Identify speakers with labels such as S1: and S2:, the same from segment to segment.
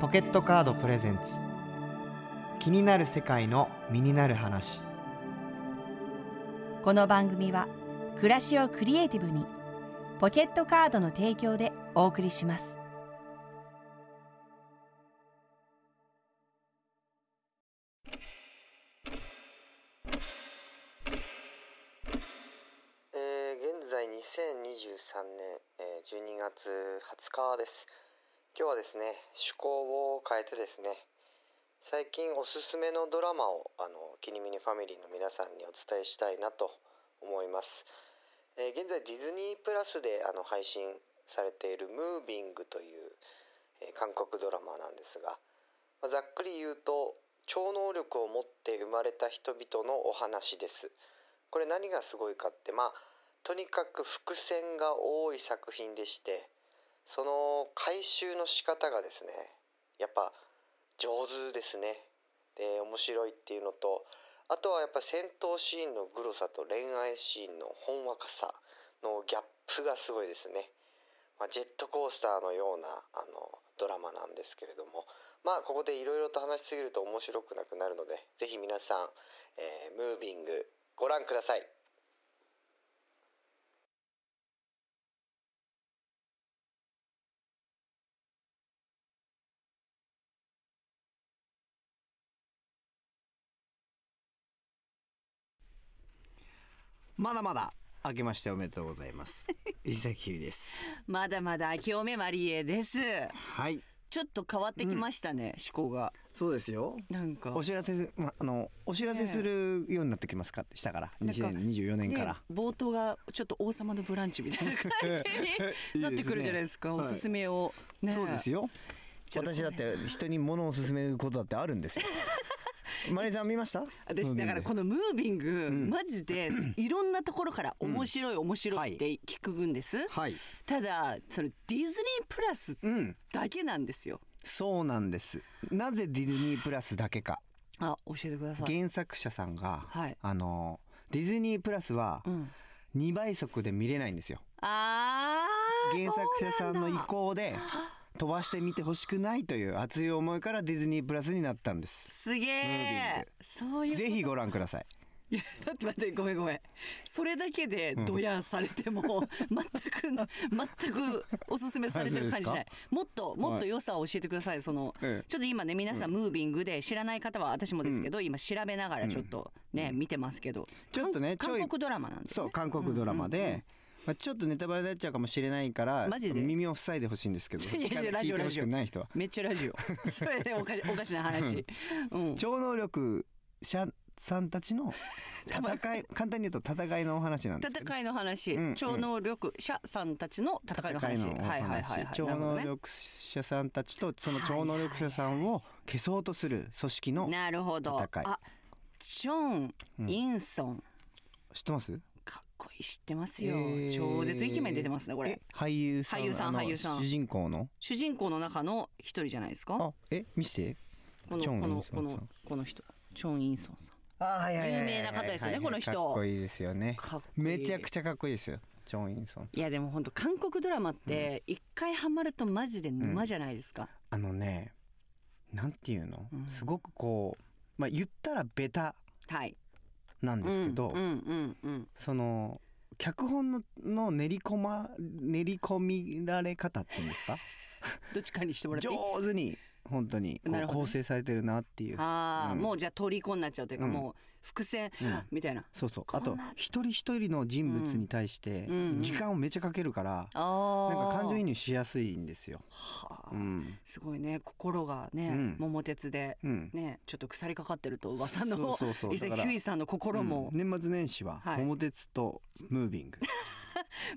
S1: ポケットカードプレゼンツ気になる世界の身になる話
S2: この番組は暮らしをクリエイティブにポケットカードの提供でお送りします
S3: えー現在2023年、えー12月20日です今日はですね趣向を変えてですね最近おすすめのドラマをあのキニミニファミリーの皆さんにお伝えしたいなと思います、えー現在ディズニープラスであの配信されている「ムービング」という、えー韓国ドラマなんですが、まあざっくり言うと超能力を持って生まれた人々のお話ですこれ何がすごいかってまあとにかく伏線が多い作品でしてその回収の仕方がですねやっぱ上手ですねで面白いっていうのとあとはやっぱ戦闘シーンのグロさと恋愛シーンのほんわかさのギャップがすごいですね、まあ、ジェットコースターのようなあのドラマなんですけれどもまあここでいろいろと話しすぎると面白くなくなるのでぜひ皆さん、えームービング」ご覧ください
S1: まだまだ明けましておめでとうございます 伊崎優です
S4: まだまだ秋おめマリエです。
S1: はい
S4: ちょっと変わってきましたね、思考が。
S1: そうですよ
S4: なんか。
S1: お知らせす、ま、あのお知らせするようになってきますかしたから
S4: なんか
S1: 2024年から、
S4: ね冒頭がちょっと王様のブランチみたいな感 じになってくるじゃないですか。
S1: いいですね
S4: おすすめを、ね。
S1: そうです
S4: よ。
S1: よ
S4: ちょっと
S1: 私だって人に物を勧めることだってあるん ですよマネージャー見ました
S4: 私だからこのムービング、マジでいろんなところから面白い、面白いって聞くんです。
S1: はい
S4: ただそのディズニープラス
S1: うん
S4: だけなんですよ。
S1: そうなんですなぜディズニープラスだけか
S4: あ教えてください。
S1: 原作者さんが、
S4: はい
S1: あのディズニープラスは
S4: うん。
S1: 2倍速で見れないんですよ
S4: あー
S1: 原作者さんの
S4: そう
S1: 意
S4: なだ
S1: 向で飛ばしてみてほしくないという熱い思いからディズニープラスになったんです
S4: す
S1: ム
S4: げ
S1: ービン
S4: え
S1: グ。
S4: そういうこと
S1: ぜひご覧ください
S4: いや待って待ってごめんごめんそれだけでドヤされても、 全くの全くおすすめされてる感じし
S1: あそ
S4: な
S1: う
S4: いもっともっと良さを教えてくださいその、
S1: ええ
S4: ちょっと今ね皆さん、ムービングで知らない方は私もですけど、今調べながらちょっとね、見てますけど
S1: ちょっとね
S4: 韓
S1: ちょい
S4: 韓国ドラマなんです
S1: そう韓国ドラマで、まあ、ちょっとネタバレになっちゃうかもしれないから
S4: マジで
S1: 耳を塞いでほしいんですけど
S4: いやい
S1: 聞かな
S4: やラ
S1: 聞
S4: ジ
S1: い
S4: オ
S1: てほしくない人は
S4: めっちゃラジ オそれでおかしおかしな話、うん、
S1: 超能力者さんたちの 戦い簡単に言うと戦いのお話なんですけど
S4: 戦いの話、
S1: うんうん
S4: 超能力者さんたちの戦いの話
S1: 戦いのお
S4: はいはいはい
S1: 話
S4: はい
S1: 超
S4: なるほど
S1: 能
S4: ね
S1: 力者さんたちとその超能力者さんを消そうとする組織の
S4: なるほど。
S1: 戦い
S4: あ、ジョン・インソン、
S1: 知ってます
S4: かっこいい知ってますよ。
S1: えー
S4: 超絶イケメン出てますねこれ。
S1: え俳優さん
S4: 俳優さん
S1: あの
S4: 俳優さん
S1: 主人公の
S4: 主人公の中の一人じゃないですか。
S1: あえ見して
S4: この
S1: チョ
S4: こ
S1: ンイン
S4: の
S1: ソ
S4: こ
S1: ンさん
S4: のこの人、チョン・インソンさん。
S1: あはい
S4: はいはいはい有名な方ですよねこの人
S1: かっこいいですよね
S4: かっこいい
S1: めちゃくちゃかっこいいですよチョン・インソン
S4: いやでも本当韓国ドラマって一回ハマるとマジで沼じゃないですか。
S1: あのねなんていうの、
S4: うん
S1: すごくこうまあ言ったらベタ
S4: はい。
S1: なんですけど、
S4: うんうんうん
S1: その脚本のの練り込ま練り込みられ方っていうんですか
S4: どっちかにしてもらっていい。
S1: 上手に本当にこ
S4: な
S1: う
S4: るほどね
S1: 構成されてるなっていう
S4: ああ、
S1: うん
S4: もうじゃあ虜になっちゃうというか、
S1: うん
S4: もう伏線、
S1: ん
S4: みたいな。
S1: そうそう
S4: こ
S1: あ
S4: んな
S1: と一人一人の人物に対して
S4: うんうん
S1: 時間をめちゃかけるから、
S4: あ
S1: なんか感情移
S4: に。
S1: 入しやすいんですよ。
S4: はあ
S1: うん
S4: すごいね心がね、
S1: うん
S4: 桃鉄で
S1: うん
S4: ねちょっと腐りかかってると噂の
S1: そうそうそう
S4: 伊勢
S1: だから
S4: ひゅーいさんの心も、
S1: うん年末年始は
S4: はい
S1: 桃鉄とムービ ング、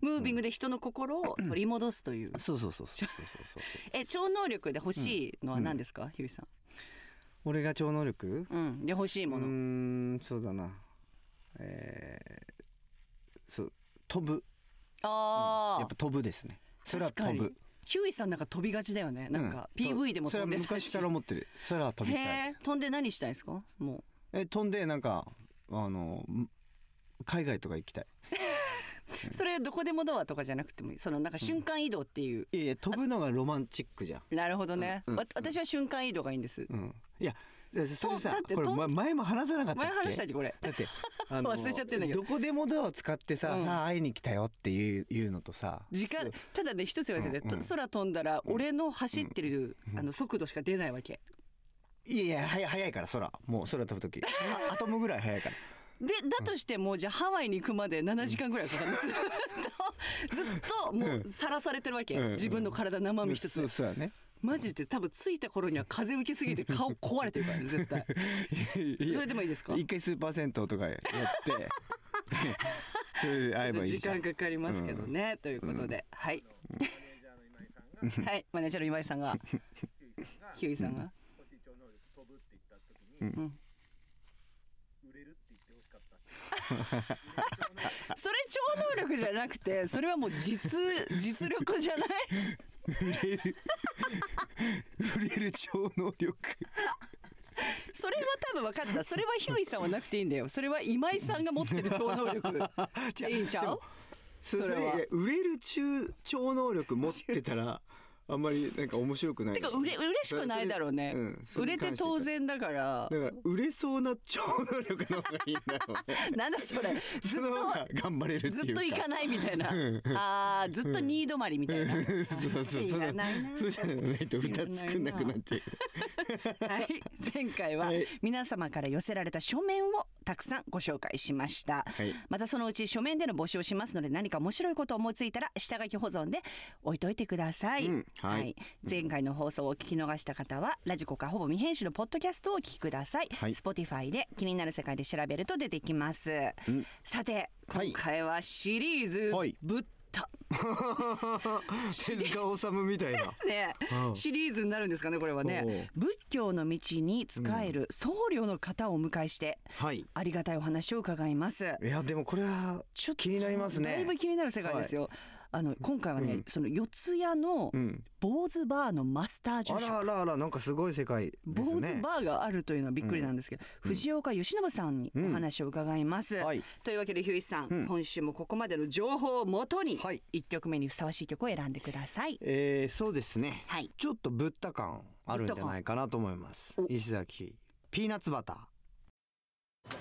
S4: ムービングで人の心を取り戻すという、
S1: そうそうそうそうそうそうそうそう
S4: え超能力で欲しいのは何ですか、ひゅーいさ
S1: 俺が超能力
S4: ん、うん、で欲しいう
S1: ー
S4: もの、
S1: んそうだなえー、そう飛ぶ
S4: ああ、
S1: やっぱ飛ぶですね空
S4: 確か
S1: 飛
S4: に
S1: ぶ
S4: ひゅーいさんなんか飛びがちだよねなんか
S1: うん
S4: PV でも飛ん
S1: それは
S4: でた
S1: 昔
S4: し、
S1: から思ってる空飛びた
S4: へ
S1: い
S4: え飛んで何したいんですかもう
S1: え飛んでなんかあのん海外とか行きたい
S4: それどこでもドアとかじゃなくてもいいそのなんか瞬間移動っていう、
S1: いやいや飛ぶのがロマンチックじゃん、
S4: なるほどね、
S1: うんうん
S4: わ私は瞬間移動がいいんです、
S1: うん、いやそれさ
S4: とだって
S1: これ
S4: と
S1: ま前も話さなかったっ
S4: 前
S1: け
S4: 話したっけこれ
S1: だってあ
S4: 忘れちゃってんだけど
S1: こでもドアを使ってさ、
S4: うん
S1: さあ会いに来たよっていういうのとさ
S4: 時間ただね一つ言わせて、
S1: うんうん
S4: と空飛んだら俺の走ってる、あの速度しか出ないわけ
S1: いやいやはや早いから空もう空飛ぶ 時あアトムぐらい早いから
S4: でだとしてもじゃあハワイに行くまで7時間ぐらいかかる、ずっと ずっともうさらされてるわけ、
S1: うん
S4: 自分の体生身一つ、
S1: そうそうだ ね
S4: マジで多分着いた頃には風受けすぎて顔壊れてるからね絶対
S1: いや
S4: それでもいいですか
S1: 一回スーパー銭湯とかやって それで会えばいい
S4: 時
S1: じゃん
S4: 間かかりますけどね、ということで、はい。はい、マネージャーの今井さ んが。ひゅういさんが。 それ超能力じゃなくて、それはもう実、実力じゃない。
S1: 触れる触れる超能力
S4: それは多分分かった。それはひゅういさんはなくていいんだよ。それは今井さんが持ってる超 能力。いいんちゃ
S1: で
S4: う
S1: も。そ
S4: そ
S1: そ
S4: れ
S1: れ
S4: はい
S1: や売れる中超能力持ってたらあんまりなんか面白くない
S4: てか、うれ、嬉しくないだろうね。
S1: そ
S4: 売
S1: れう
S4: れ
S1: んそれ
S4: て
S1: に関して言
S4: 当
S1: ったらだ
S4: 然だから。
S1: から売れそうな超能力の方がいいんだろうね
S4: なんだそれ。 ず
S1: そ
S4: っ
S1: の方
S4: と
S1: が。頑張れるっていうか
S4: ずっと行かないみたいな。ああ、ずっと二止まりみたいな。
S1: そう そうそう
S4: いらないな
S1: そうじゃないと歌作んなくなっちゃう
S4: はい、前回は
S1: はい
S4: 皆様から寄せられた書面をたくさんご紹介しました。
S1: はい
S4: またそのうち書面での募集をしますので、何か面白いことを思いついたら下書き保存で置いといてください。
S1: うんはい
S4: 前回の放送をお聞き逃した方は、ラジコかほぼ未編集のポッドキャストをお聞きください。
S1: はい
S4: Spotify で気になる世界で調べると出てきます。さて、
S1: はい
S4: 今回はシリーズ
S1: はい
S4: ぶった。
S1: 手塚治虫みたい な
S4: ね、
S1: うん
S4: シリーズになるんですかねこれは
S1: お
S4: ね
S1: う
S4: 仏教の道に仕える僧侶の方をお迎えして
S1: はい
S4: ありがたいお話を伺います
S1: いやでもこれは
S4: ちょっと
S1: 気になりますね
S4: だいぶ気になる世界ですよ、あの今回はね、その四谷の
S1: ん
S4: 坊主バーのマスター
S1: あ
S4: 住
S1: ら
S4: 職
S1: あらあらなんかすごい世界で
S4: 坊
S1: す
S4: 主
S1: ね
S4: バーがあるというのはびっくりなんですけど、藤岡由伸さんにお話を伺います、
S1: はい
S4: というわけでひゅういさん、今週もここまでの情報をもとに
S1: はい
S4: 一曲目にふさわしい曲を選んでください
S1: えー、そうですね、
S4: はい
S1: ちょっとぶった感あるんじゃないかなと思います
S4: ぶった感
S1: 石崎ピーナッツバター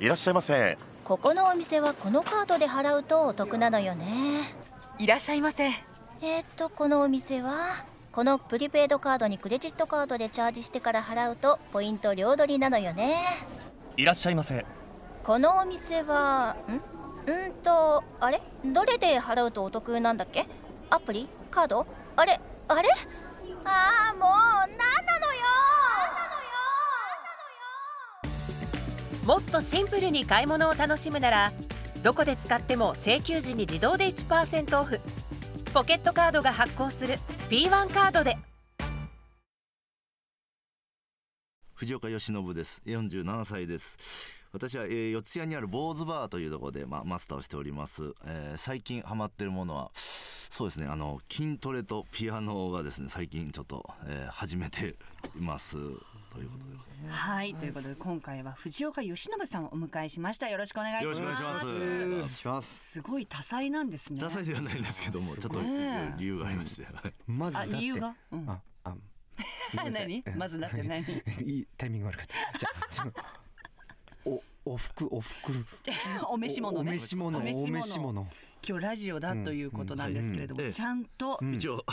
S5: いらっしゃいませ。
S6: ここのお店はこのカードで払うとお得なのよね
S7: いらっしゃいませ
S6: えーっとこのお店はこのプリペイドカードにクレジットカードでチャージしてから払うとポイント両取りなのよね
S5: いらっしゃいませ。
S6: このお店はんうんとあれどれで払うとお得なんだっけアプリカードあれあれああもうなんなのよ
S8: もっとシンプルに買い物を楽しむならどこで使っても請求時に自動で1%オフポケットカードが発行する P1 カードで
S9: 藤岡由伸です47歳です私は、えー四谷にある坊主バーというところで、まあ、マスターをしております、えー最近ハマってるものはそうですねあの筋トレとピアノがですね最近ちょっと、えー始めていますということで
S4: はい、ということで今回は藤岡由伸さんをお迎えしましたよろしくお願いし
S9: よろ
S4: ます
S9: しくお願いします
S1: します
S4: すごい多彩なんですね
S9: ダサいではないんですけどもちょっと
S4: ごいね
S9: 理由がありまして
S1: まずだ
S4: あ
S1: って
S4: 理由が、うん、
S1: ああ
S4: 何まずだって 何
S1: いいタイミング悪かったじゃあちょっとおお服お服
S4: お召し物ね
S1: お召し物
S4: お召し物
S1: お召し物
S4: 今日ラジオだということなんですけれども、
S9: うんうん
S4: ちゃんと
S9: 一応、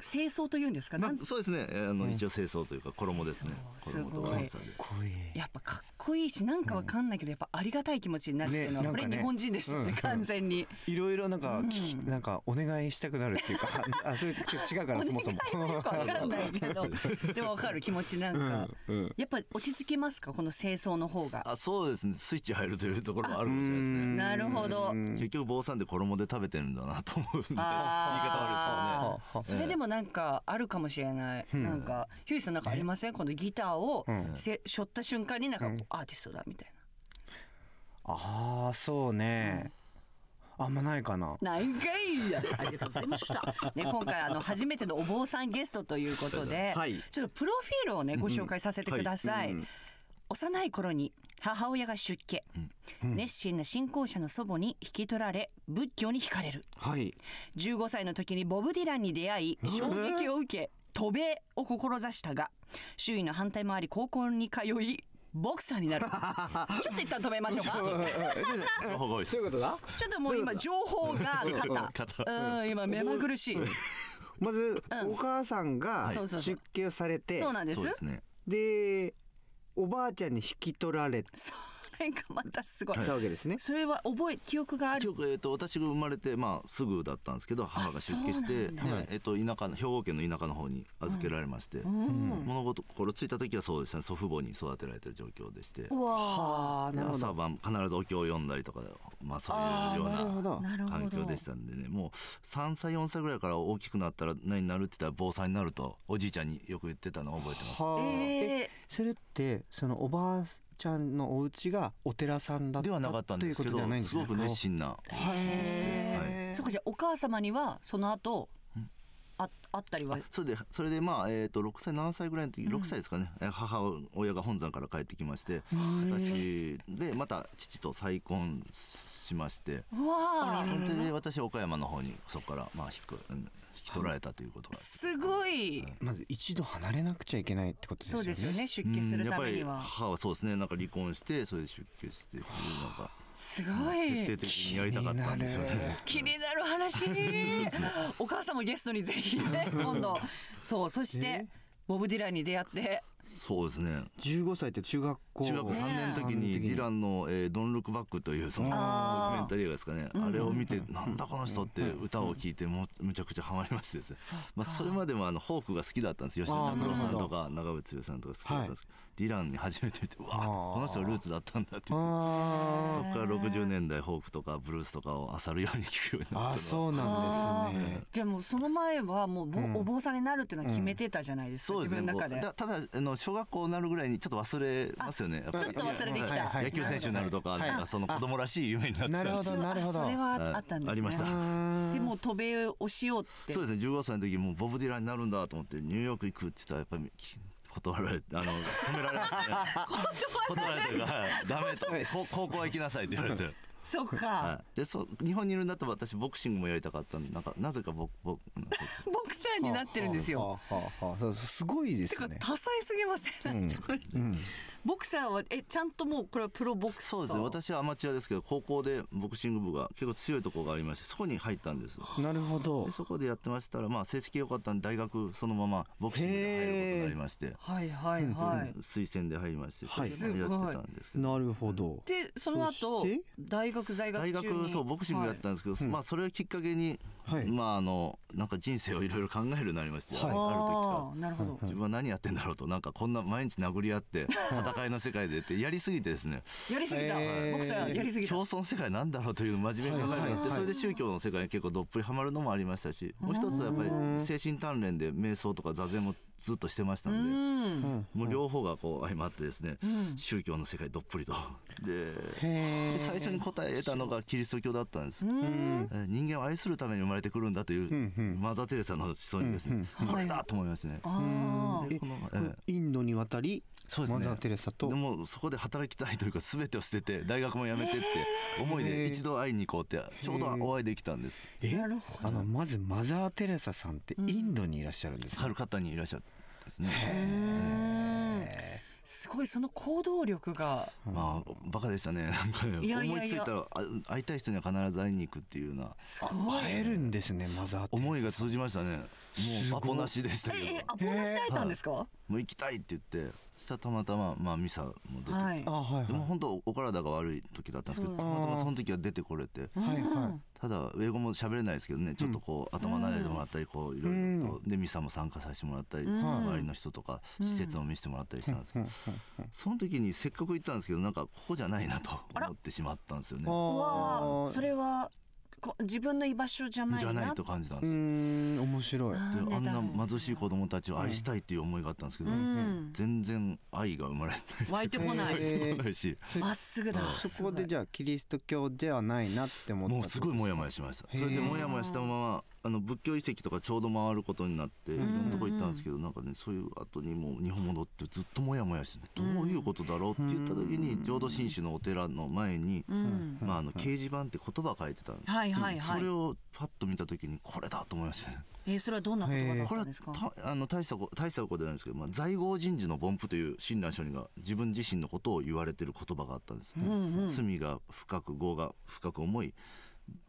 S4: 清掃というんですか、
S9: ま
S4: なん
S9: あ、そうですね、えーあの一応清掃というか衣ですね
S4: 清掃
S9: 衣と
S4: すごい
S9: ワンサーで
S1: かっこいい
S4: やっぱかっこいいしなんかわかんないけどやっぱありがたい気持ちになるっていうのは、
S1: ね
S4: これ
S1: なんか
S4: 日
S1: ね
S4: 本人ですよね、
S1: うん
S4: 完全に
S1: いろいろなんか聞き、なんかお願いしたくなるっていうか あそういう違うか
S4: お
S1: ら
S4: 願
S1: そ
S4: い
S1: もそも
S4: はよくわか んないけどでもわかる気持ちなんか、やっぱ落ち着きますかこの清掃の方が
S9: あそうですねスイッチ入るというところもあるかもしれないですね
S4: なるほど、
S9: 結局坊さんで衣で食べてるんだなと思うんで言い方
S4: あー
S9: 悪いです
S4: それでもなんかあるかもしれない、なんかひゅういさんなんかありませんこのギターをせしょった瞬間になんかこうアーティストだみたい
S1: ああそうね、あんまないかな
S4: な。ないんかいやありがとうございました。ね今回あの初めてのお坊さんゲストということで、
S1: はい
S4: ちょっとプロフィールをねご紹介させてください。幼い頃に母親が出家、
S1: うん
S4: 熱心な信仰者の祖母に引き取られ仏教に惹かれる
S9: はい
S4: 15歳の時にボブ・ディランに出会い
S1: え
S4: 衝撃を受け渡米を志したが周囲の反対もあり高校に通いボクサーに なるちょっと一旦止めましょうか
S9: あごめんなさい
S1: いうことだ
S4: ちょっともう今情報が肩うん今目まぐるしい
S1: まず、お母さんが
S4: そうそうそう
S1: 出家されて
S4: そうなんです
S9: そうですね
S1: でおばあちゃんに引き取られ
S4: なんかまたすごい
S1: たわけですね、
S4: それは覚え記憶があ
S9: 一
S4: る
S9: 応えっと私が生まれて、まあ、すぐだったんですけど母が出家し
S4: そう
S9: て、
S4: な
S9: ねえっと田舎の兵庫県の田舎の方に預けられまして、物心ついた時はそうですね祖父母に育てられてる状況でして
S1: はあなるほ
S9: 朝
S1: ど
S9: 晩必ずお経を読んだりとか、まあ、そう
S1: ああ
S9: いうよう
S1: なる
S9: な
S1: ほど
S4: なる
S9: 環
S4: ほ
S9: 境
S4: ど
S9: でしたんでねもう3歳4歳ぐらいから大きくなったら何になるって言ったら防災になるとおじいちゃんによく言ってたのを覚えてます。
S1: はあ、
S4: えー
S1: それってそのおばあちゃんのお家がお寺さんだった
S9: ではなかったんですけ
S1: ということ
S9: ど
S1: じゃないんですすね
S9: ごく熱心な
S1: へー
S4: そうかじゃあお母様にはその後ああったりは
S9: あそれでそれでまあ、えー、と6歳7歳ぐらいの時6歳ですかね、え母親が本山から帰ってきまして私でまた父と再婚しまして
S4: うわあ
S9: それで私は岡山の方にそこから、まあ、引くうん引き取られたということが
S4: すごい
S1: まず一度離れなくちゃいけないってことです
S4: そ
S1: よ
S4: う
S1: ね
S4: ですよね出
S9: うん
S4: 家する
S9: やったぱ
S4: めに
S9: り
S4: は
S9: 母はそうですねなんか離婚してそれで出家してっていうのが
S4: すご
S9: 徹底
S4: い
S9: 的にやりたかったんですよ
S1: 気になる
S9: ね。
S4: 気になる話 お母さんもゲストにぜひ ね今度そうそして
S1: え
S4: ボブ・ディランに出会って
S9: そうですね
S1: 15歳って中学校
S9: 中学3年の時にディランの「えードン・ルック・バック」というそのドキ
S4: あー
S9: ュメンタリー映画ですかねあれを見てなんだこの人って歌を聴いてもうむちゃくちゃハマりましてですねまあそれまでもあのフォークが好きだったんです吉田拓郎さんとか長渕剛さんとか好きだったんですけどディランに初めて見てう
S1: あ
S9: わ
S1: ー
S9: この人がルーツだったんだって言ってそ
S1: あ
S9: こから60年代フォークとかブルースとかを漁るように聴くように
S1: ー
S9: な
S1: あー
S9: ったのは
S1: そうなんですね
S4: じゃあもうその前はもうぼお坊さんになるっていうのは決めてたじゃないですか、
S9: そうで
S4: 自
S9: すね
S4: 分の中で
S9: もうだただあの小学校になるぐらいにちょっと忘れますよねやぱり
S4: ちょっと忘れてきた
S9: はいはい
S1: はい
S9: 野球選手になるとか
S1: はい
S9: なんかその子供らしい夢になってた
S1: なん
S9: で
S1: る
S9: す
S1: ほ
S9: よ
S1: どなるほど
S4: あそれ
S9: はい
S4: はあったんですね
S9: ありました
S4: でもう渡米をしようって
S9: そうですね15歳の時もうボブ・ディランになるんだと思ってニューヨーク行くって言ったらやっぱりき断られてあ の止められますね断られてるから はいダメとこ高校は行きなさいって言われて、
S4: そっか、
S9: はい、でそう日本にいるんだったら私ボクシングもやりたかったんでなんかなぜか僕僕なんか
S4: ボクサーになってるんですよ。
S1: はあはあはあそうすごいで
S4: て
S1: す
S4: か
S1: ね
S4: 多彩すぎません、なんかこれボクサーはえちゃんともうこれはプロボクサー
S9: そうですね私はアマチュアですけど高校でボクシング部が結構強いところがありましてそこに入ったんです
S1: なるほど
S9: でそこでやってましたら、まあ、成績良かったんで大学そのままボクシングで入ることになりまして
S4: はいはいはい、
S9: 推薦で入りまして、
S1: はい
S9: それでまあやってたんですけど
S1: なるほど
S4: でその後
S1: そして
S4: 大学在学
S9: 大
S4: 中に
S9: 学そうボクシングやったんですけど、まあそれをきっかけに、
S1: はい
S9: まああのなんか人生をいろいろ考えるようになりまして、
S1: はい
S9: ある時
S4: あ
S9: か
S4: あなるほど、
S9: ら自分は何やってんだろうとなんかこんな毎日殴り合って戦いの世界でってやりすぎてですね
S4: やりすぎた、
S1: えー
S4: ボクサーやりすぎた
S9: 共存世界なんだろうという真面目に考えるよう
S1: はい
S9: になっ
S1: はいは
S9: て
S1: い
S9: それで宗教の世界に結構どっぷりはまるのもありましたしもう一つはやっぱり精神鍛錬で瞑想とか座禅もずっとしてましたんで。
S4: うん
S9: もう両方がこう相まってですね、宗教の世界どっぷりとで
S1: へ
S9: で
S1: え
S9: 最初に答え得たのがキリスト教だったんです、えー人間を愛するために生まれてくるんだという、マザー・テレサの思想にですね、これだと思いましたね、
S4: あ
S9: でこのえー
S1: インドに渡り
S9: そうですね
S1: マザー・テレサと
S9: でもそこで働きたいというか全てを捨てて大学も辞めてって思いで一度会いに行こうってちょうどお会いできたんです
S1: えあのまずマザー・テレサさんってインドにいらっしゃるんですか
S9: カルカッタにいらっしゃるんですね
S4: あすごいその行動力が
S9: まあバカでしたねなんかね
S4: いやいやいや
S9: 思いついたらあ会いたい人には必ず会いに行くっていうような
S4: すごい
S1: 会えるんですねマザー・テレサ
S9: 思いが通じましたねもうアポなしでしたけど
S4: ええアポなしで会えたんですか、
S9: もう行きたいって言ってそしたらたまたま、まあ、ミサも出て、
S4: はい、
S1: あはいは
S9: で
S1: い
S9: も本当お体が悪い時だったんですけどたまたまその時は出てこれて
S1: はいは
S9: ただ英語も喋れないですけどねちょっとこう、頭撫でてもらったりこういろいろとでミサも参加させてもらったり、周りの人とか施設を見せてもらったりしたんですけど、その時にせっかく行ったんですけどなんかここじゃないなと思ってしまったんですよね。
S4: うわあ
S1: い
S4: それはこ自分の居場所じゃない
S9: じゃ
S4: な
S9: ないと感じたん
S1: う
S9: です
S1: ーん面白い
S9: で
S4: なんで
S9: あ
S4: だ
S9: んな貧しい子供たちを愛したいっていう思いがあったんですけど、
S4: ん
S9: 全然愛が生まれないというか
S4: 湧いてこない
S1: へー
S9: 湧いてこないし
S4: まっすぐだ
S1: そこでじゃあキリスト教ではないなって思った
S9: もうすごいモヤモヤしましたそれでモヤモヤしたままあの仏教遺跡とかちょうど回ることになっていろんなとこ行ったんですけど、なんかねそういう後にもう日本戻ってずっとモヤモヤしてどういうことだろうって言った時に浄土真宗のお寺の前に、
S4: うん
S9: まあ、あの掲示板って言葉書いてたんです
S4: はいはいはい
S9: それをパッと見た時にこれだと思いましたね
S4: えーそれはどんな言葉だっ
S9: こ
S4: た
S9: れは
S4: んですか
S9: たあの大したこ大したことじゃないんですけど、まあ、在郷人事の凡夫という親鸞聖人が自分自身のことを言われてる言葉があったんです、罪が深く業が深く重い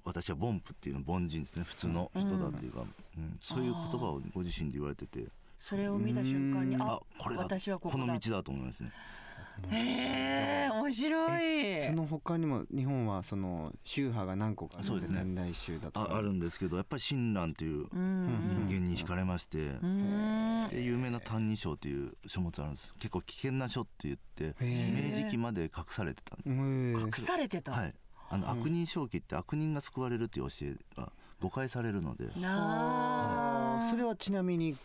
S9: 私は凡夫っていうの凡人ですね普通の人だというか、うんそういう言葉をご自身で言われてて
S4: それを見た瞬間に
S9: あ
S4: あ
S9: これが
S4: 私はここだ
S9: の道だと思いますね
S4: へえ面白い
S1: その他にも日本はその宗派が何個かあ
S9: そう
S1: っ
S9: で
S1: て
S9: すね
S1: 年代宗だと
S9: あ
S1: か
S9: あるんですけどやっぱり親鸞という人間に惹かれまして、
S4: うん
S9: で有名な「歎異抄」という書物あるんです結構危険な書って言って
S1: へ
S9: 明治期まで隠されてたんです
S1: うん
S4: 隠されてた、
S9: はい、あの悪人正気って悪人が救われるっていう教えが誤解されるので
S4: なあ
S1: それはちなみにん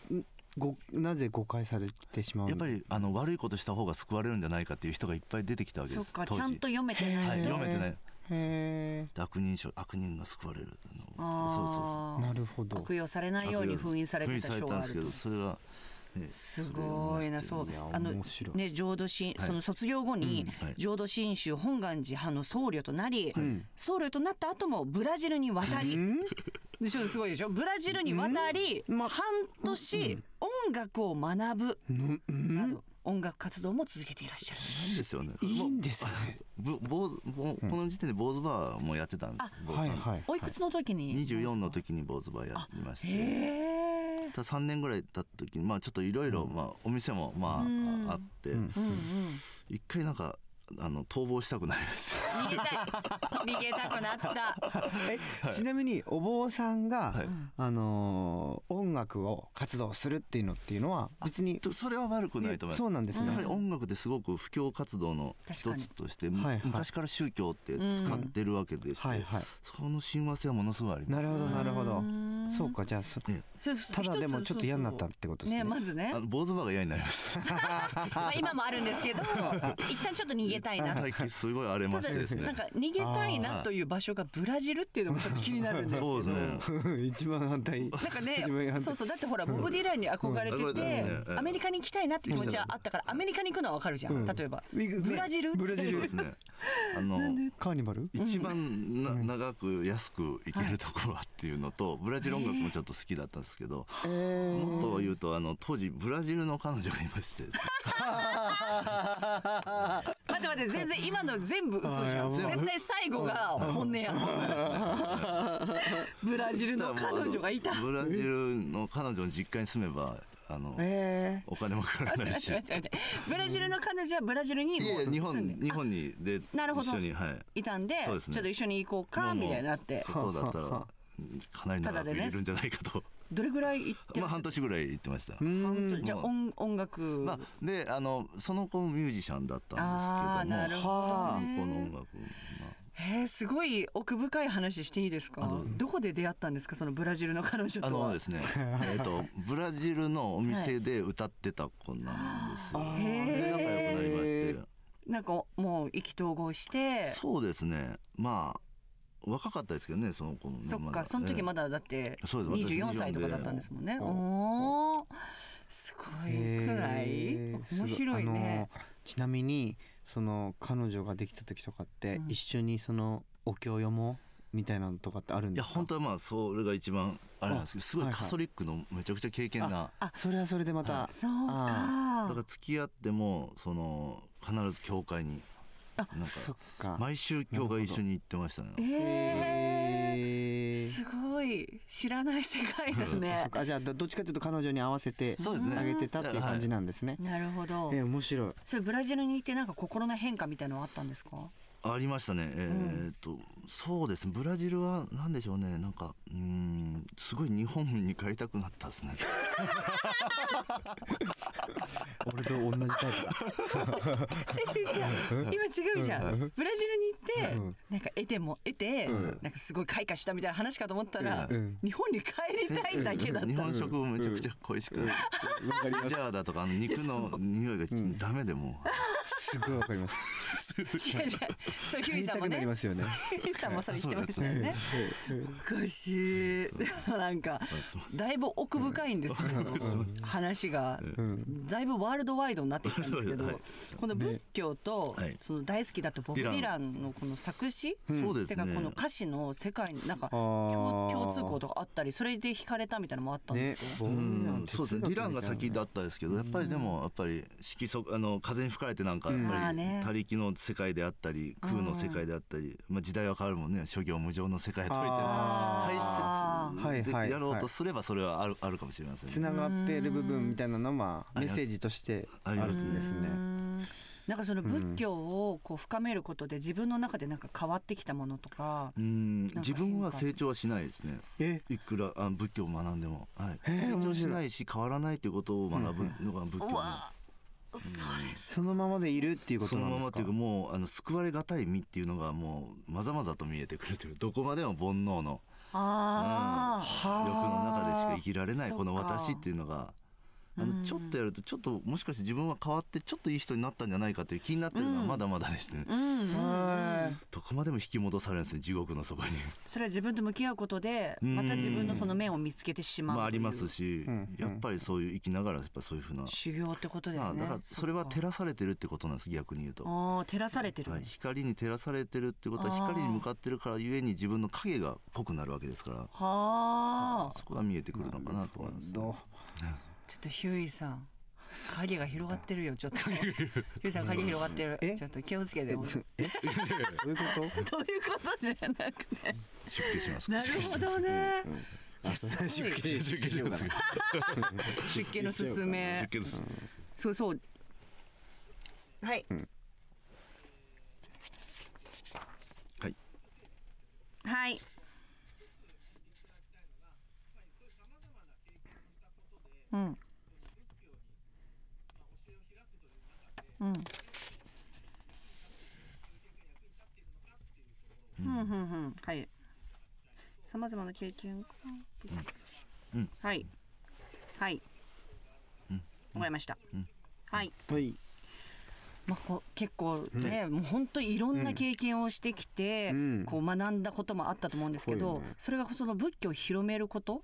S1: ごなぜ誤解されてしまう
S9: やっぱりあの悪いことした方が救われるんじゃないかっていう人がいっぱい出てきたわけ
S4: そ
S9: で
S4: っ
S9: す
S4: か
S9: 当
S4: ちゃん
S9: 時
S4: と読めて
S9: は
S4: ないいと、
S9: 読めてない
S1: へ
S9: で悪人正悪人が救われるあのそうそうそう
S4: あ
S1: えなるほど
S4: 悪用されないように封印されてた
S9: 封
S4: 章
S9: 印されたん
S4: が
S9: で
S4: あ
S9: すけ
S4: る
S9: どそれは、ね、
S4: すごいなそうあの
S1: 面白い
S4: ね浄土真、
S9: はい
S4: その卒業後に、
S9: うんはい
S4: 浄土真宗本願寺派の僧侶となり、
S1: ん
S4: 僧侶となった後もブラジルに渡り、でしょすごいでしょブラジルに渡り、
S1: うんま
S4: 半年、音楽を学ぶ
S1: のうん
S4: など音楽活動も続けていらっしゃる。
S9: いいですよね
S1: いいんですね
S9: ぼ坊主ぼこの時点で坊主バーもやってたんです坊主さ
S1: は
S9: ん
S1: いはい
S4: おいくつの時に、
S9: 24の時に坊主バーやりまして
S4: へー
S9: た3年ぐらい経った時にまあちょっといろいろまあお店もまああって一回なんかあの逃亡したくなります
S4: 逃げたい逃げたくなった
S1: えちなみにお坊さんが、
S9: はい
S1: あのー音楽を活動するっていうのっていうのは別に
S9: とそれは悪くないと思います
S1: そうなんですね
S9: やはり音楽ってすごく布教活動の
S4: 確
S9: 一
S4: かに
S9: つとして
S1: はいはい
S9: 昔から宗教って使ってるわけでして
S1: はいはい
S9: その親和性はものすごいありま
S1: な
S9: す
S1: るほどなるほどそうかじゃあそ
S9: え
S4: それ一つ
S1: ただでもちょっと嫌になったっ
S4: ね
S1: てことですね
S4: まずね
S9: あの坊主バーが嫌になりま した
S4: まあ今もあるんですけど一旦ちょっと逃げたいな
S9: 最近すごい荒れ
S4: た
S9: まし
S4: だ
S9: てです
S4: な
S9: ね
S4: んか逃げたいなという場所がブラジルっていうのもちょっと気になるんです けど
S9: そうですね
S1: 一番反対
S4: なんか
S1: 一番反
S4: ね、
S1: 対
S4: そうそうだってほらボブ・ディランに憧れ
S9: う
S4: て
S9: ん憧れてますねえ
S4: て
S9: え
S4: アメリカに行きたいなって気持ちはあったからアメリカに行くのはわかるじゃん例えば
S1: 行くね
S4: ブラジル
S1: ブラジ
S9: そう
S1: ル
S9: ですねあの
S1: カーニバル
S9: 一番な長く安く行けるところはっていうのとブラジル音楽もちょっと好きだったんですけど
S1: えー
S9: もっと言うとあの当時ブラジルの彼女がいまして
S4: 待って待って全然今の全部嘘じゃ
S1: あ
S4: ん
S1: ーやばい
S4: 絶対最後が本音や ブラジルの彼女がいた
S9: そしたらもうあのブラジルの彼女の実家に住めばあの
S1: え
S9: お金もかからな いし
S4: 待って待ってブラジルの彼女はブラジルに
S9: い
S4: も
S9: や
S4: う
S9: いや
S4: 住
S9: 日
S4: ん
S9: 本
S4: で
S9: 日本にで
S4: なるほど
S9: 一緒にはい
S4: いたんで
S9: そうですね
S4: ちょっと一緒に行こうか
S9: もう
S4: みたいになって
S9: そこだっ たらかなり長くいれるんじゃないかと、
S4: どれぐらい行ってら
S9: まあ
S4: っしゃ
S9: 半
S4: る
S9: 年ぐらい行ってました。
S4: 本当にじゃあ
S9: もう
S4: 音音楽、
S9: まあ、であのその子もミュージシャンだった
S4: あー
S9: んで
S4: な
S9: す
S4: る
S9: けども
S4: ほど
S9: この音
S4: ね
S9: 楽、まあ、
S4: えー、すごい奥深い話していいですかどこで出会ったんですかそのブラジルの彼女
S9: あ
S4: と
S9: の
S4: は
S9: です ね、えっとブラジルのお店で歌ってた子なんですよ。で仲良くなりまして、
S4: なんかもう意気投合して
S9: そうですね。まあ若かったですけどね、その子もね。
S4: そっ
S9: ま
S4: か
S9: だ
S4: その時まだだって
S9: そうです私
S4: 24歳とかだったんですもんね
S9: 24で
S4: おおすご
S1: ー
S4: いくらい
S1: へー
S4: 面白いね
S1: すごあのーちなみにその彼女ができた時とかって、
S4: うん
S1: 一緒にそのお経読もうみたいなのとかってあるん
S9: い
S1: で
S9: や
S1: すか
S9: 本当はまあそれが一番あれなんですけど、すご
S1: はい
S9: い
S1: はい
S9: カソリックのめちゃくちゃ経験な。
S1: それはそれでまた
S4: そう
S9: だ
S4: か
S9: から付き合ってもその必ず教会になんか
S1: そっか
S9: 毎週教会一緒に行ってましたね。
S4: え
S1: え
S4: ー、
S1: ー
S4: すごい知らない世界だ
S1: そ
S4: ね
S1: っかじゃあどどっちかというと彼女に合わせて
S9: そうですね
S1: あげてたっていう感じなんですね、
S4: なるほど
S1: えー面白い
S4: それブラジルに行ってなんか心の変化みたいなのはあったんです か
S9: ありましたね。えーっと、そうですね。ブラジルはなんでしょうね。なんかうーんすごい日本に帰りたくなったですね。
S1: 俺と同じタイプだ
S4: 違う違う違う今違うじゃんブラジルに行ってなんか得ても得てなんかすごい開花したみたいな話かと思ったら
S1: ん
S4: 日本に帰りたいだけだった
S9: 日本食もめちゃくちゃ恋しくなる。
S1: わかります
S9: ジャーだとかあの肉の匂いがダメでもう
S1: すごいわかります。
S4: 違う違うそう日
S1: 入
S4: 々
S1: り
S4: さ
S1: た
S4: んも
S1: くなり
S4: ね
S1: ますよね。
S4: 日々さんもそれ言ってましたよね
S1: うん
S4: おかしいなんかだいぶ奥深いんですけど話が
S1: うん
S4: だいぶワールドワイドになってきたんですけど、
S9: はい
S4: この仏教と、
S9: ねはい
S4: その大好きだとボブ・デ
S9: デ
S4: ィ
S9: ィ
S4: ラ
S9: ラ
S4: ン
S9: ン
S4: のこの作詞、
S9: そうで
S4: て
S9: す
S4: か
S9: ね
S4: この歌詞の世界になんか
S1: あ
S4: 共
S1: ー
S4: 共通項とかあったりそれで惹かれたみたいなのもあったん
S1: ね、
S4: です
S1: そ
S9: うんそうですねディランが先だったですけどやっぱりでもやっぱり色素あの風に吹かれてなんかやっ
S4: うんあー
S9: ぱり
S4: ね
S9: 他力の世界であったり空の世界であったり、まあ、時代は変わるもんね諸行無常の世界といって
S1: あー
S9: 大
S1: はいは
S9: 切
S1: い
S9: でやろうとすればそれはあるあるかもしれませんね
S1: つながってる部分みたいなのはメッセージとしてあるんです
S4: よね
S1: ね。
S4: なんかその仏教をこう深めることで自分の中でなんか変わってきたものとか、
S9: うん
S4: か
S9: 自分は成長はしないですね
S1: え、
S9: いくらあ仏教を学んでも、はい、
S1: へー
S9: 成長
S1: 面
S9: し
S1: 白い
S9: ないし変わらないということを学ぶのが仏教の
S4: そ
S1: そのままでいるっていうこ
S9: そ
S1: とな
S9: の
S1: ん
S9: ま
S1: で
S9: まっ
S1: すか
S9: ていうか。もうあの救われがたい身っていうのがもうまざまざと見えてくるというどこまでも煩悩の
S4: あー、
S9: 欲の中でしか生きられない
S4: そっか
S9: この私っていうのが。あのちょっとやるとちょっともしかして自分は変わってちょっといい人になったんじゃないかっていう気になってるのはまだまだですね、
S1: は
S9: どこまでも引き戻されるんですね地獄のそばに
S4: それは自分と向き合うことでまた自分のその面を見つけてしまう
S9: まああ
S4: とい
S9: り
S4: う
S9: ますし、
S1: ん
S9: やっぱりそういう生きながらやっぱそういうふうな、
S4: 修行ってことです
S9: まあ
S4: ね
S9: だからそれは照らされてるってことなんです逆に言うと、
S4: ああ照らされてる、
S9: はい、光に照らされてるってことは光に向かってるからゆえに自分の影が濃くなるわけですから
S4: はあ。
S9: そこが見えてくるのかなと思います、
S1: どう
S4: ちょっとヒューイさん。影が広がって るよ、ちょっと。ヒューイさん、影広がってる。
S1: え
S4: ちょっと気をつけて。
S1: え
S4: どういう
S1: ちょ えどういうこと？
S4: ことじゃなく て。
S9: 出家します
S4: なるほどね。いやすごい
S9: 出家します
S4: 出家のすすめ。
S9: 家です
S4: そうそう。はい。
S9: はい
S4: はい。うん。うん。うん、うん、うん、はい。さまざまな経験か。
S9: うん
S4: はい。はい。わかりました。はい。
S1: はい。
S4: まあ、こう結構ね、もう本当にいろんな経験をしてきて、
S1: うん
S4: こう学んだこともあったと思うんですけ
S1: すごい
S4: ど、
S1: よね
S4: それがその仏教を広めること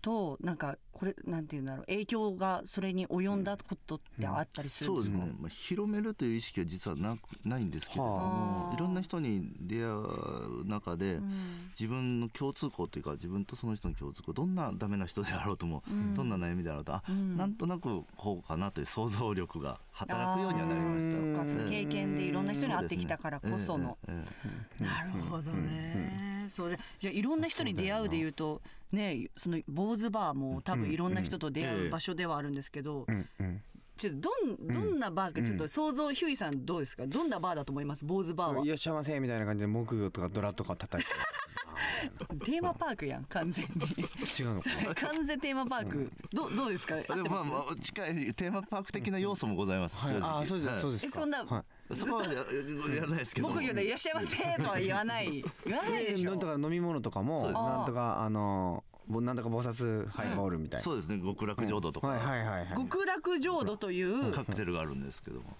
S4: と、なんかこれなんていうんだろう影響がそれに及んだことってあったりするん
S9: そう
S4: で
S9: です
S4: か、
S9: すね、まあ、広めるという意識は実はなくないんですけれど
S4: は
S9: も
S4: あ
S9: いろんな人に出会う中で、自分の共通項というか自分とその人の共通項どんなダメな人であろうとも、どんな悩みであろうとあ、なんとなくこうかなという想像力が働くようにはなりました。
S4: そっかその
S9: え
S4: 経
S9: え
S4: 験でいろんな人に会ってきたからこその、
S9: ええええええ
S4: なるほどね。そうでじゃあいろんな人に出会うでいうとねその坊主バーも多分いろんな人と出会う場所ではあるんですけど、ちょっとどんどんなバーかちょっと想像ヒューイさんどうですかどんなバーだと思います坊主バーはい
S1: らっしゃいませみたいな感じで木魚とかドラとか叩いて。
S4: テーマパークやん完全に
S1: 違うの
S4: そ
S1: か。
S4: れ完全テーマパークどどうですか合って
S9: あでもまあまあ近いテーマパーク的な要素もございます。正直
S1: ああそうですそうで
S9: はい
S1: すか。
S4: えそんな
S1: はい
S9: そこはややらないですけど。
S4: 木魚でいらっしゃいませとは言わない言わないで
S1: で
S4: し
S1: な
S4: ょ
S1: んとか飲み物とかも
S9: そうです
S1: なんとかあのぼなんとか菩薩ハイボールみたいな。
S9: そうですね極楽浄土とか、
S1: はいはいはいはい。
S4: 極楽浄土という
S9: カクテルがあるんですけども。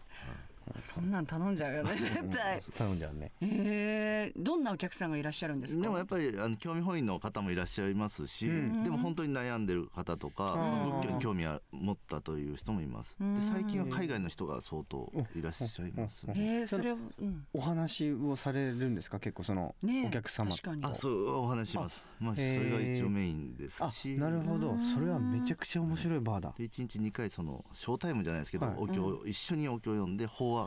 S4: そんなん頼んじゃうよね絶対
S1: 頼んじゃうね。
S4: へえどんなお客さんがいらっしゃるんですか
S9: でもやっぱりあの興味本位の方もいらっしゃいますし、でも本当に悩んでる方とか、まあ仏教に興味を持ったという人もいます、で最近は海外の人が相当いらっしゃいますね、
S4: えー、それは、うん、
S1: お話をされるんですか結構その
S4: ねえ
S1: お客様と。
S4: 確かに
S9: あそうお話しますまあそ
S1: へー
S9: れが一応メインです
S1: あ
S9: し
S1: なるほどそれはめちゃくちゃ面白いバーだ。
S9: で1日2回そのショータイムじゃないですけど、
S1: はい
S9: お経を一緒にお経を読んで法話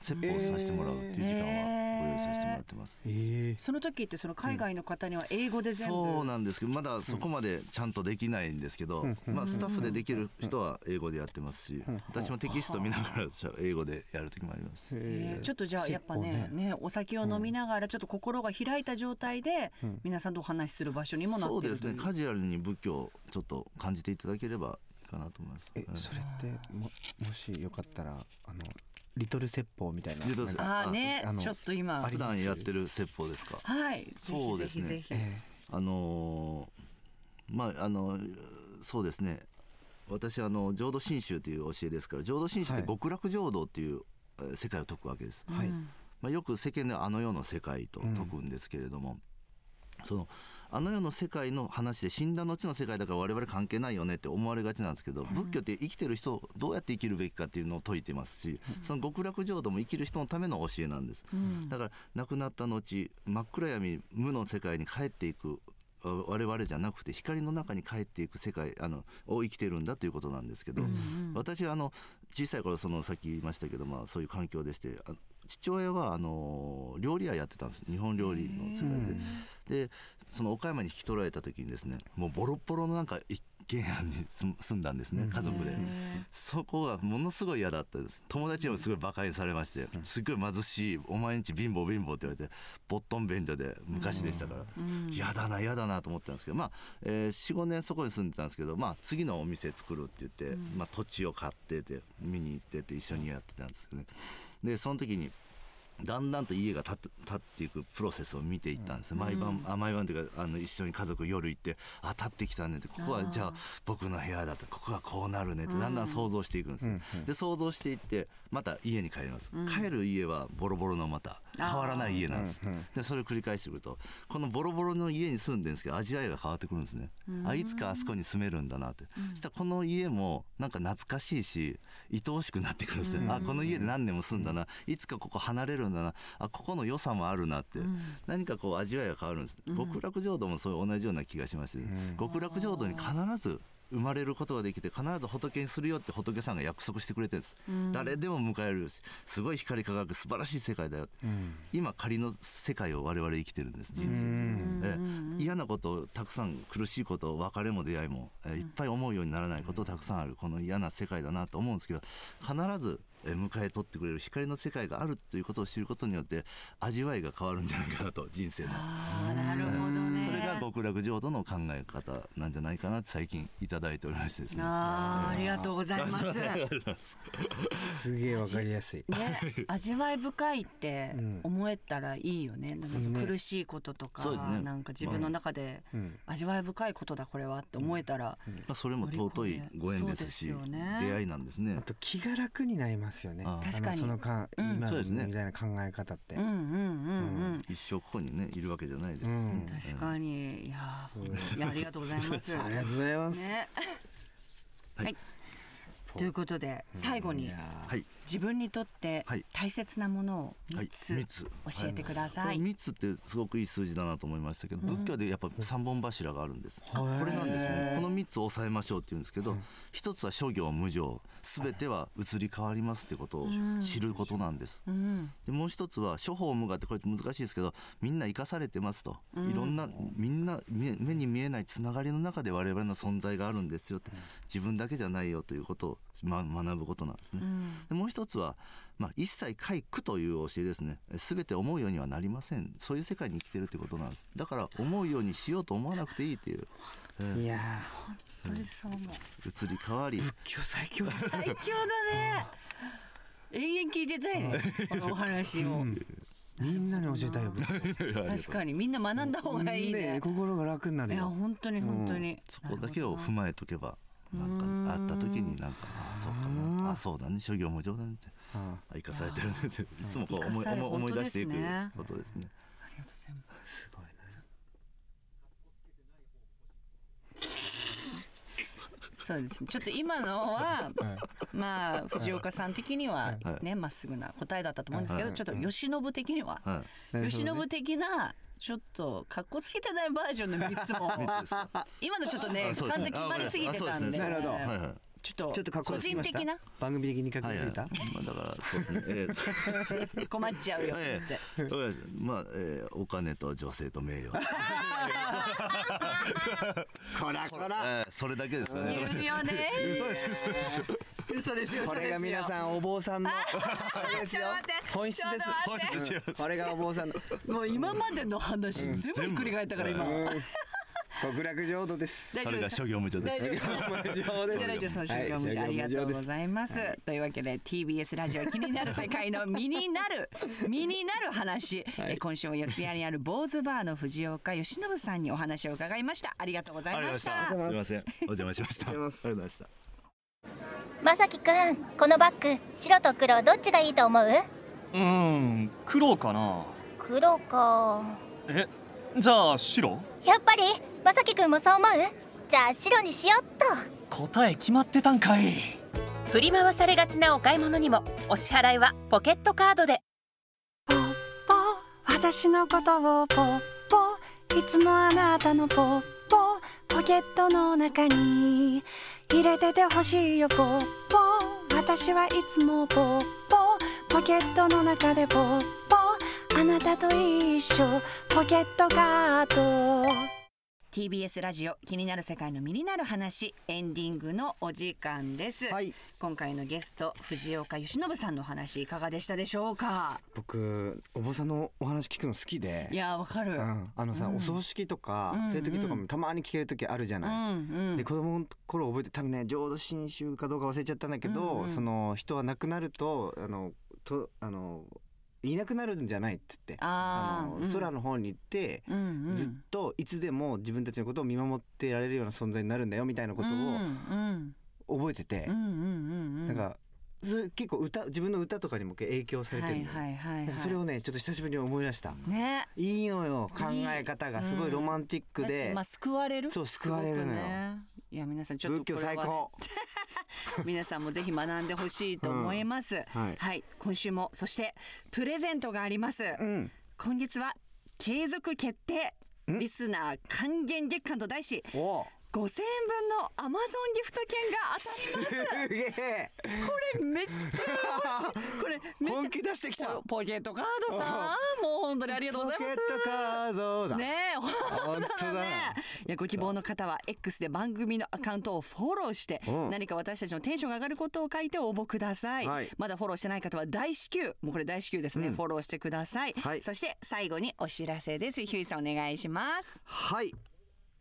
S9: 説法をさせてもらうっていう時間はご用意させてもらってます、
S1: ええ。
S4: その時ってその海外の方には英語で全部、
S9: そうなんですけどまだそこまでちゃんとできないんですけど、まあ、スタッフでできる人は英語でやってますし、私もテキスト見ながらしゃ英語でやる時もありますし
S4: えーちょっとじゃあやっぱ
S1: 結
S4: ね
S1: 構
S4: ねお酒を飲みながらちょっと心が開いた状態で皆さんとお話しする場所にもな
S9: そ
S4: っ
S9: う
S4: て
S9: で
S4: る
S9: す
S4: とい
S9: ね
S4: う
S9: カジュアルに仏教をちょっと感じていただければいいかなと思います。
S1: え
S9: うん
S1: それってももしよかったらあのリトル説法みたいな
S9: リ
S1: な
S9: トル
S1: ん
S9: 説
S1: か
S4: ああね
S1: あの
S4: ちょっと今
S1: あり
S9: 普段やってる説法ですか
S4: はいぜひ
S9: そう
S4: ぜ
S9: です
S4: ひ
S9: ね
S4: ぜひ、
S1: え
S9: あのーまああのそうですね私あの浄土真宗という教えですから浄土真宗って
S1: はい
S9: 極楽浄土っていうえー世界を解くわけです。
S1: はい
S9: まあ、よく世間ではあの世の世界と解くんですけれども、そのあの世の世界の話で死んだ後の世界だから我々関係ないよねって思われがちなんですけど、仏教って生きてる人をどうやって生きるべきかっていうのを説いてますし、その極楽浄土も生きる人のための教えなんです、だから亡くなった後真っ暗闇無の世界に帰っていく我々じゃなくて光の中に帰っていく世界あのを生きてるんだということなんですけど、私はあの小さい頃そのさっき言いましたけど、まあ、そういう環境でしてあの父親はあの料理屋やってたんです日本料理の世界で。でその岡山に引き取られた時にですねもうボロッボロのなんか一軒家に住住んだんですね家族で。そこがものすごい嫌だったんです友達にもすごい馬鹿にされまして、すっごい貧しいお前んち貧乏貧乏って言われてぼっとん便所で昔でしたから、嫌だな嫌だなと思ってたんですけどまあ、え45年そこに住んでたんですけど、まあ、次のお店作るって言って、まあ、土地を買ってて見に行ってて一緒にやってたんですよね。でその時にだんだんと家が建って建っていくプロセスを見ていったんです、毎晩あ毎晩というかあの一緒に家族夜行ってあ建ってきたねってここはじゃあ僕の部屋だとここはこうなるねってだんだん想像していくんです、ねで想像していってまた家に帰ります、帰る家はボロボロのまた変わらない家なんです、でそれを繰り返してくるとこのボロボロの家に住んでるんですけど味わいが変わってくるんですね、あいつかあそこに住めるんだなって、そしたらこの家もなんか懐かしいし愛おしくなってくるんですね、あこの家で何年も住んだな、いつかここ離れるんだなあここの良さもあるなって、何かこう味わいが変わるんです、極楽浄土もそういう同じような気がしまして、極楽浄土に必ず生まれることができて必ず仏にするよって仏さんが約束してくれてるんです、誰でも迎えるしすごい光り輝く素晴らしい世界だよって、今仮の世界を我々生きてるんです人生って、ええ嫌なことをたくさん苦しいこと別れも出会いも、えいっぱい思うようにならないことたくさんあるこの嫌な世界だなと思うんですけど必ずえ迎え取ってくれる光の世界があるということを知ることによって味わいが変わるんじゃないかなと人生の。
S4: あーなるほどね
S9: それが極楽浄土の考え方なんじゃないかなって最近いただいておりましてですね。
S4: あーありがとうございます
S1: すげえわかりやすい。
S4: ね、味わい深いって思えたらいいよね、なんか苦しいこととか、
S9: そうですね
S4: なんか自分の中で味わい深いことだこれはって思えたら、
S9: まあ、それも尊いご縁ですし
S4: そうですよね
S9: 出会いなんですね
S1: あ。と気が楽になりますよね。
S9: あ
S4: 確
S1: あ
S4: かに
S1: のそのか、今
S9: そうですね
S1: みたいな考え方って。
S4: うんうんうんうん
S9: 一生ここにねいるわけじゃないですし、
S1: うん
S4: 確かにいやーいやありがとうございます。
S1: ありがとうございます。
S4: ね、はい、ということで最後に
S9: はい
S4: 自分にとって
S9: はい
S4: 大切なものを
S9: はい
S4: 3つ
S9: 三つ
S4: 教えてくださ
S9: これ
S4: い。
S9: 三つってすごくいい数字だなと思いましたけど、仏教でやっぱ三本柱があるんです。これなんですね。この三つを抑えましょうって言うんですけど、一つは諸行無常、すべては移り変わりますってことを知ることなんです。でもう一つは処方無我ってこれ難しいですけど、みんな生かされてますと、いろんなみんな目目に見えないつながりの中で我々の存在があるんですよって、自分だけじゃないよということを、ま、学ぶことなんですね。でもう一つは、まあ、一切皆苦という教えですね全て思うようにはなりませんそういう世界に生きてるってことなんですだから思うようにしようと思わなくていいっていう
S1: いや
S4: 本当にそう思う
S9: 移り 変わり
S1: ー、今日最強だ。
S4: 最強だね。永遠聞いてたいね。このお話を。
S1: みんなに教え たいよ。
S4: 確かにみんな学んだ方がいい
S1: ね
S4: ね
S1: え。心が楽にないる
S4: や
S1: よ。
S4: 本当に本当に。
S9: そこだけを踏まえとけばなんかあった時になんかああそうかなあそうだね諸行無常だねって
S1: あ
S9: あ生かされてるね っていつもこう思い
S4: 生かされ
S9: 思い思い出していく
S4: 本当ですね
S9: ことですね。
S4: ありがとうございます
S1: ごいね。
S4: す。そうですね。ちょっと今のはまあ藤岡さん的には
S9: はい
S4: ねまっすぐな答えだったと思うんですけど、ちょっと吉信的には
S9: は
S1: うん
S4: 吉信的な。ちょっと格好つけてないバージョンの3つ も今のちょっとね
S9: あそう
S4: 完
S9: です
S4: 全決
S9: ね
S4: まりすぎてたんで
S9: あ
S1: わかりましたなる
S9: いはいはい
S4: ちょっ
S1: ちょっと
S4: と
S1: 格好
S4: 個
S1: つきま
S4: 人
S1: した
S4: 的な
S1: 番組的に格好つ
S9: はい はい
S1: いた。
S9: まあだからそうですね。えー
S4: 困っちゃうよっ
S9: え
S4: つって
S9: え、そうですまあ、えーお金と女性と名 誉。
S1: こらこら。
S9: えーそれだけですかね。
S4: 言う よね
S9: 嘘です嘘です
S4: 嘘ですよ
S1: これが皆
S4: ん
S1: さんお坊さんのあれですよ
S4: ちょっと待って。
S1: 本質です
S4: ちょっと待って
S9: 本質違いま。
S1: これがお坊さんの
S4: もう今までの話全部ひっくり返ったから今
S1: 極楽浄土です。
S4: 大
S9: そ
S4: 丈
S9: れ
S4: 夫
S9: が
S4: です
S9: 諸行無常で
S4: 大
S9: す
S4: 丈夫。です
S1: 無常で
S4: いただいて
S1: す。
S4: その終了無事ありがとうございます、というわけで TBS ラジオ気になる世界の身にな る身になる話、え今週も四谷にある坊主バーの藤岡由伸さんにお話を伺いましたありがとうございました
S9: ありがとうございましたすみません。お邪魔しました。ありがとうございました。
S6: まさきくんこのバッグ白と黒どっちがいいと思う
S7: うーん黒かな
S6: 黒か
S7: えじゃあ白
S6: やっぱりまさきくんもそう思うじゃあ白にしよっと
S7: 答え決まってたんかい
S8: 振り回されがちなお買い物にもお支払いはポケットカードで
S10: ポ私のことをポッポいつもあなたのポッポポケットの中に入れててほしいよポッポ私はいつもポッポポケットの中でポッポあなたと一緒ポケットカード
S4: TBS ラジオ気になる世界の身になる話エンディングのお時間です、
S1: はい
S4: 今回のゲスト藤岡由伸さんのお話いかがでしたでしょうか
S1: 僕お坊さんのお話聞くの好きで
S4: いやーわかる、
S1: う
S4: うん
S1: ん、あのさ、
S4: うん
S1: お葬式とか、
S4: うん
S1: そういう時とかもたまに聞ける時あるじゃ
S4: う
S1: ない、
S4: ん
S1: で子供の頃覚えて多分ね浄土真宗かどうか忘れちゃったんだけど、
S4: うんうん
S1: その人は亡くなるとあのとあのいなくなるんじゃないっつって
S4: あー
S1: の、
S4: うん
S1: 空の方に行って、
S4: うんうん
S1: ずっといつでも自分たちのことを見守ってられるような存在になるんだよみたいなこ
S4: うんうん
S1: とを覚えてて、
S4: うんうんうん
S1: なんかそれ結構歌自分の歌とかにも影響されて
S4: は
S1: るの
S4: い
S1: よ、
S4: はいはい
S1: な
S4: は
S1: ん
S4: い
S1: かそれをねちょっと久しぶりに思い出した。
S4: ね
S1: いいのよ考え方がすごいロマンチック
S4: だ
S1: で
S4: しまあ、救われる
S1: そう救われるのよ
S4: すごくねいや皆さんちょっと
S1: 仏教
S4: これは
S1: 最高
S4: 皆さんもぜひ学んでほしいと思います、
S1: はい
S4: 今週もそしてプレゼントがあります、
S1: うん
S4: 今月は継続決定リスナー還元月間と題し
S1: お
S4: 5000円分のアマゾンギフト券が当たります
S1: すげえ
S4: これめっちゃ欲しいこれめっちゃ
S1: 本気出してきた
S4: ポケットカードさもう本当にありがとうございま
S1: ポケッ
S4: す
S1: トカードだ
S4: ねえ本
S1: 本当だ
S4: 当だねいやご希望の方は X で番組のアカウントをフォローして、
S1: うん
S4: 何か私たちのテンションが上がることを書いて応募ください、
S1: はい
S4: まだフォローしてない方は大至急もうこれ大至急ですね、フォローしてください、
S1: はい
S4: そして最後にお知らせですひゅーいさんお願いします
S1: はい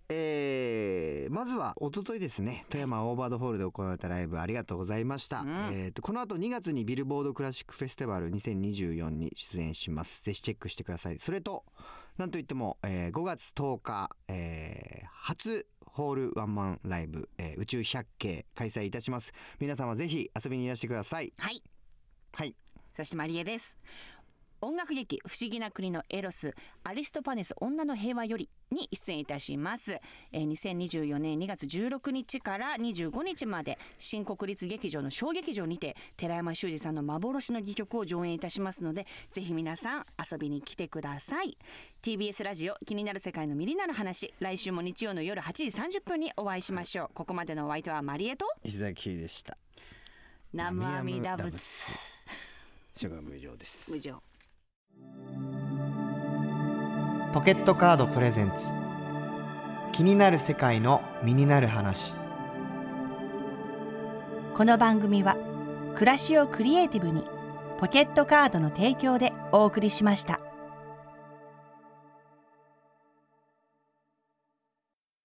S1: えー、まずは一昨日ですね富山オーバードホールで行われたライブありがとうございました、えーとこの後2月にビルボードクラシックフェスティバル2024に出演しますぜひチェックしてくださいそれとなんといっても、えー5月10日、えー初ホールワンマンライブ、えー宇宙百景開催いたします皆様ぜひ遊びにいらしてください
S4: はい
S1: はい
S4: そしてマリエです。音楽劇「不思議な国のエロス」「アリストパネス女の平和より」に出演いたします、えー、2024年2月16日から25日まで新国立劇場の小劇場にて寺山修司さんの幻の戯曲を上演いたしますのでぜひ皆さん遊びに来てください TBS ラジオ「気になる世界のミリなる話」来週も日曜の夜8時30分にお会いしましょうここまでのお相手はマリエと
S1: 石崎ひゅーいでした
S4: ナムアミダブツ
S1: 諸が無常です
S4: 無常
S1: ポケットカードプレゼンツ気になる世界の身になる話
S2: この番組は暮らしをクリエイティブにポケットカードの提供でお送りしました。